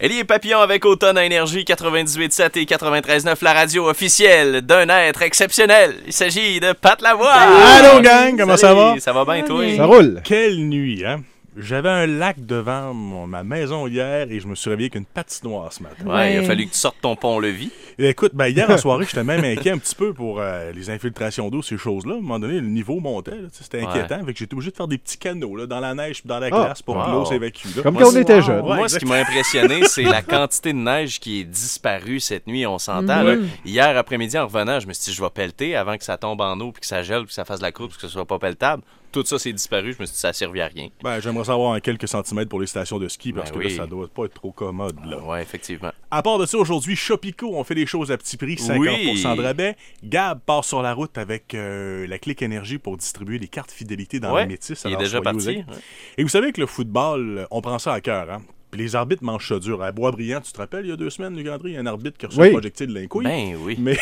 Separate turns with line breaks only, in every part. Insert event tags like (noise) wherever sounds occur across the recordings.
Elie et Papillon avec Automne à Énergie 98.7 et 93.9, la radio officielle d'un être exceptionnel. Il s'agit de Pat Lavoie.
Allô, gang, comment ça va?
Ça va
Ah,
bien, toi?
Ça roule.
Quelle nuit, hein? J'avais un lac devant mon- ma maison hier et je me suis réveillé qu'une patinoire ce matin.
Ouais, il a
Ouais.
fallu que tu sortes ton pont-levis.
Et écoute, ben hier
(laughs)
en soirée, j'étais même inquiet un petit peu pour euh, les infiltrations d'eau, ces choses-là. À un moment donné, le niveau montait. là, tu sais, C'était
Ouais.
inquiétant. Fait que j'étais obligé de faire des petits canaux là, dans la neige puis dans la
Ah.
glace pour que
Wow.
l'eau s'évacue. là.
Comme
Moi,
quand on
c'est-
était jeune.
Ouais,
Moi, ce qui m'a
(laughs)
impressionné, c'est la quantité de neige qui est disparue cette nuit, on s'entend. là.
Mm-hmm.
Hier après-midi, en revenant, je me suis dit, je vais pelleter avant que ça tombe en eau, puis que ça gèle, puis que ça fasse de la coupe, puis que ce soit pas pelletable. Tout ça, c'est disparu. Je me suis dit, ça ne servait à rien.
Ben, j'aimerais savoir en quelques centimètres pour les stations de ski parce
Ben
que là,
oui.
ça doit pas être trop commode. Là.
Ouais, effectivement.
À part de ça, aujourd'hui, Shopico, on fait des choses à petit prix, 50% de
Oui.
rabais. Gab part sur la route avec euh, la Clique Énergie pour distribuer les cartes fidélité dans
Ouais,
les métis.
il est
alors
déjà
soyez aux
parti.
aguets. Et vous savez que le football, euh, on prend ça à cœur. Hein? Puis les arbitres mangent ça dur. À Boisbriand, tu te rappelles, il y a deux semaines, Luc André, il y a un arbitre qui a reçu
Oui.
un projectile de l'incouille.
Ben
Mm.
oui.
Mais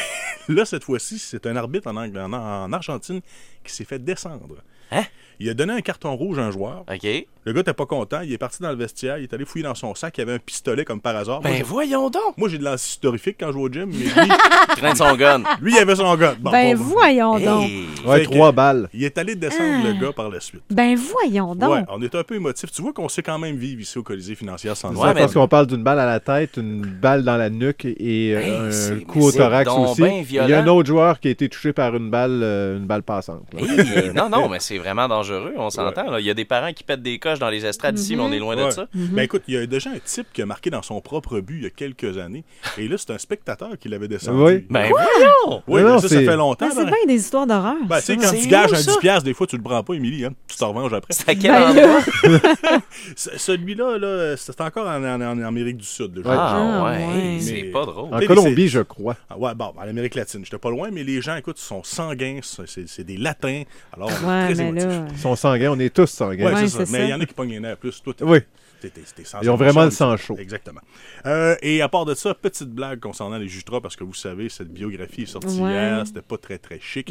là, cette fois-ci, c'est un arbitre en, Ang- en- en Argentine qui s'est fait descendre.
Hein?
Il a donné un carton rouge à un joueur.
OK.
Le gars n'était pas content. Il est parti dans le vestiaire. Il est allé fouiller dans son sac. Il y avait un pistolet comme par hasard. Moi,
Ben voyons donc.
moi, j'ai de l'ansiste historique quand je vais au gym, mais lui,
(laughs)
Traîne son gun.
lui, il avait son gars. Bon,
Ben
bon, bon.
voyons donc.
Hey.
Ouais,
Fait que-
trois balles.
Il est allé descendre le gars par la suite.
Ben voyons donc.
Ouais, on est un peu émotif. Tu vois qu'on sait quand même vivre ici au Colisée financier sans
Ouais,
Ouais,
mais-
parce qu'on parle d'une balle à la tête, une balle dans la nuque et euh,
Hey,
un
c'est-
coup au
c'est
thorax
donc
aussi.
ben
Il y a un
violent.
autre joueur qui a été touché par une balle, euh, une balle passante. là.
Hey, non, non, mais c'est vraiment dangereux, on s'entend. là. Il y a des parents qui pètent des coches dans les estrades ici, mais
Mm-hmm.
on est loin de
Ouais.
ça.
Mhm.
Ben écoute, il y a déjà un type qui a marqué dans son propre but il y a quelques années. Et là, c'est un spectateur qui l'avait descendu.
Oui.
Ben voyons!
Oui,
Non,
mais
non,
ça, ça
c'est-
fait longtemps.
Ben, c'est
ben.
bien des histoires d'horreur.
Ben, tu
ça.
sais, quand
C'est
tu gages
où,
un
ça?
10$, piastres, des fois, tu le prends pas, Émilie. Hein? Tu t'en revenges après.
C'est à quel
Ben
endroit?
là,
Ce- Celui-là, là, c'est encore en, en- en Amérique du Sud. là, je crois.
Ah,
Ah,
ouais,
ouais.
hey, c'est
Mais-
pas drôle.
En
Mais
Colombie,
c'est-
je crois.
Ah ouais, bon, en Amérique latine, j'étais pas loin, mais les gens, écoute, sont sanguins, c'est- c'est c'est des latins, alors on est très
Ouais, mais
émotifs.
là.
Ils sont sanguins, on est tous
Ouais,
sanguins.
Ouais,
c'est
c'est
ça.
ça.
Mais il y en a qui pognent les nerfs plus. Toi, t'es-
Oui.
t'es- t'es- t'es sans
Ils ont
émotion,
vraiment le
ils-
sang chaud.
Exactement. Euh, et à part de ça, petite blague concernant les Jutras, parce que vous savez, cette biographie est sortie
Ouais. Mm-hmm.
hier, c'était pas très, très chic.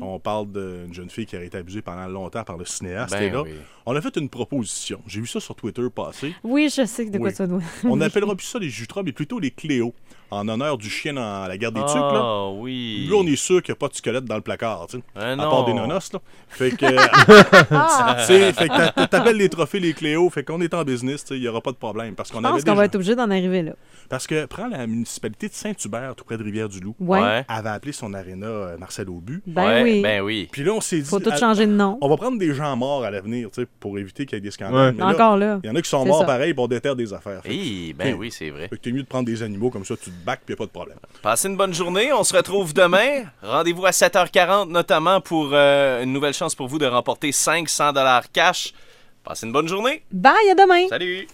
On parle d'une jeune fille qui a été abusée pendant longtemps par le cinéaste.
Ben
et là,
oui.
on a fait une proposition. J'ai vu ça sur Twitter
(laughs)
passer.
Oui, je sais de quoi
Oui.
ça doit.
On n'appellera plus ça les Jutras, mais plutôt les Cléo, en honneur du chien dans la guerre des tucs, là.
Ah oui.
Lui, on est sûr qu'il n'y a pas de squelette dans le placard, tu sais.
Ah,
à
non.
part des nonos, là. Fait que. euh, tu sais, fait que t'a- t'appelles les trophées les Cléo, fait qu'on est en business, tu sais, il n'y aura pas de problème. Parce qu'on
Je
avait
pense qu'on va
déjà-
être obligé d'en arriver là.
Parce que, prends la municipalité de Saint-Hubert, tout près de Rivière-du-Loup,
Ouais.
Ouais.
avait appelé son aréna euh, Marcel Aubu.
Ben
Ouais,
oui.
Ben oui.
Puis là, on s'est dit.
Faut tout
à-
changer de nom.
On va prendre des gens morts à l'avenir, tu sais, pour éviter qu'il y ait des scandales.
Ouais.
Mais là,
Encore là.
Il y en a qui sont
C'est
morts
ça.
pareil pour déterre des affaires. Fait,
Hey, ben oui, c'est vrai.
fait que t'es mieux de prendre des animaux comme ça, tu te bacs, puis y a pas de problème.
Passez une bonne journée. On se retrouve demain. Rendez-vous à 7h40, notamment pour euh, une nouvelle chance pour vous de remporter 500 cash. Passez une bonne journée.
Bye, à demain.
Salut!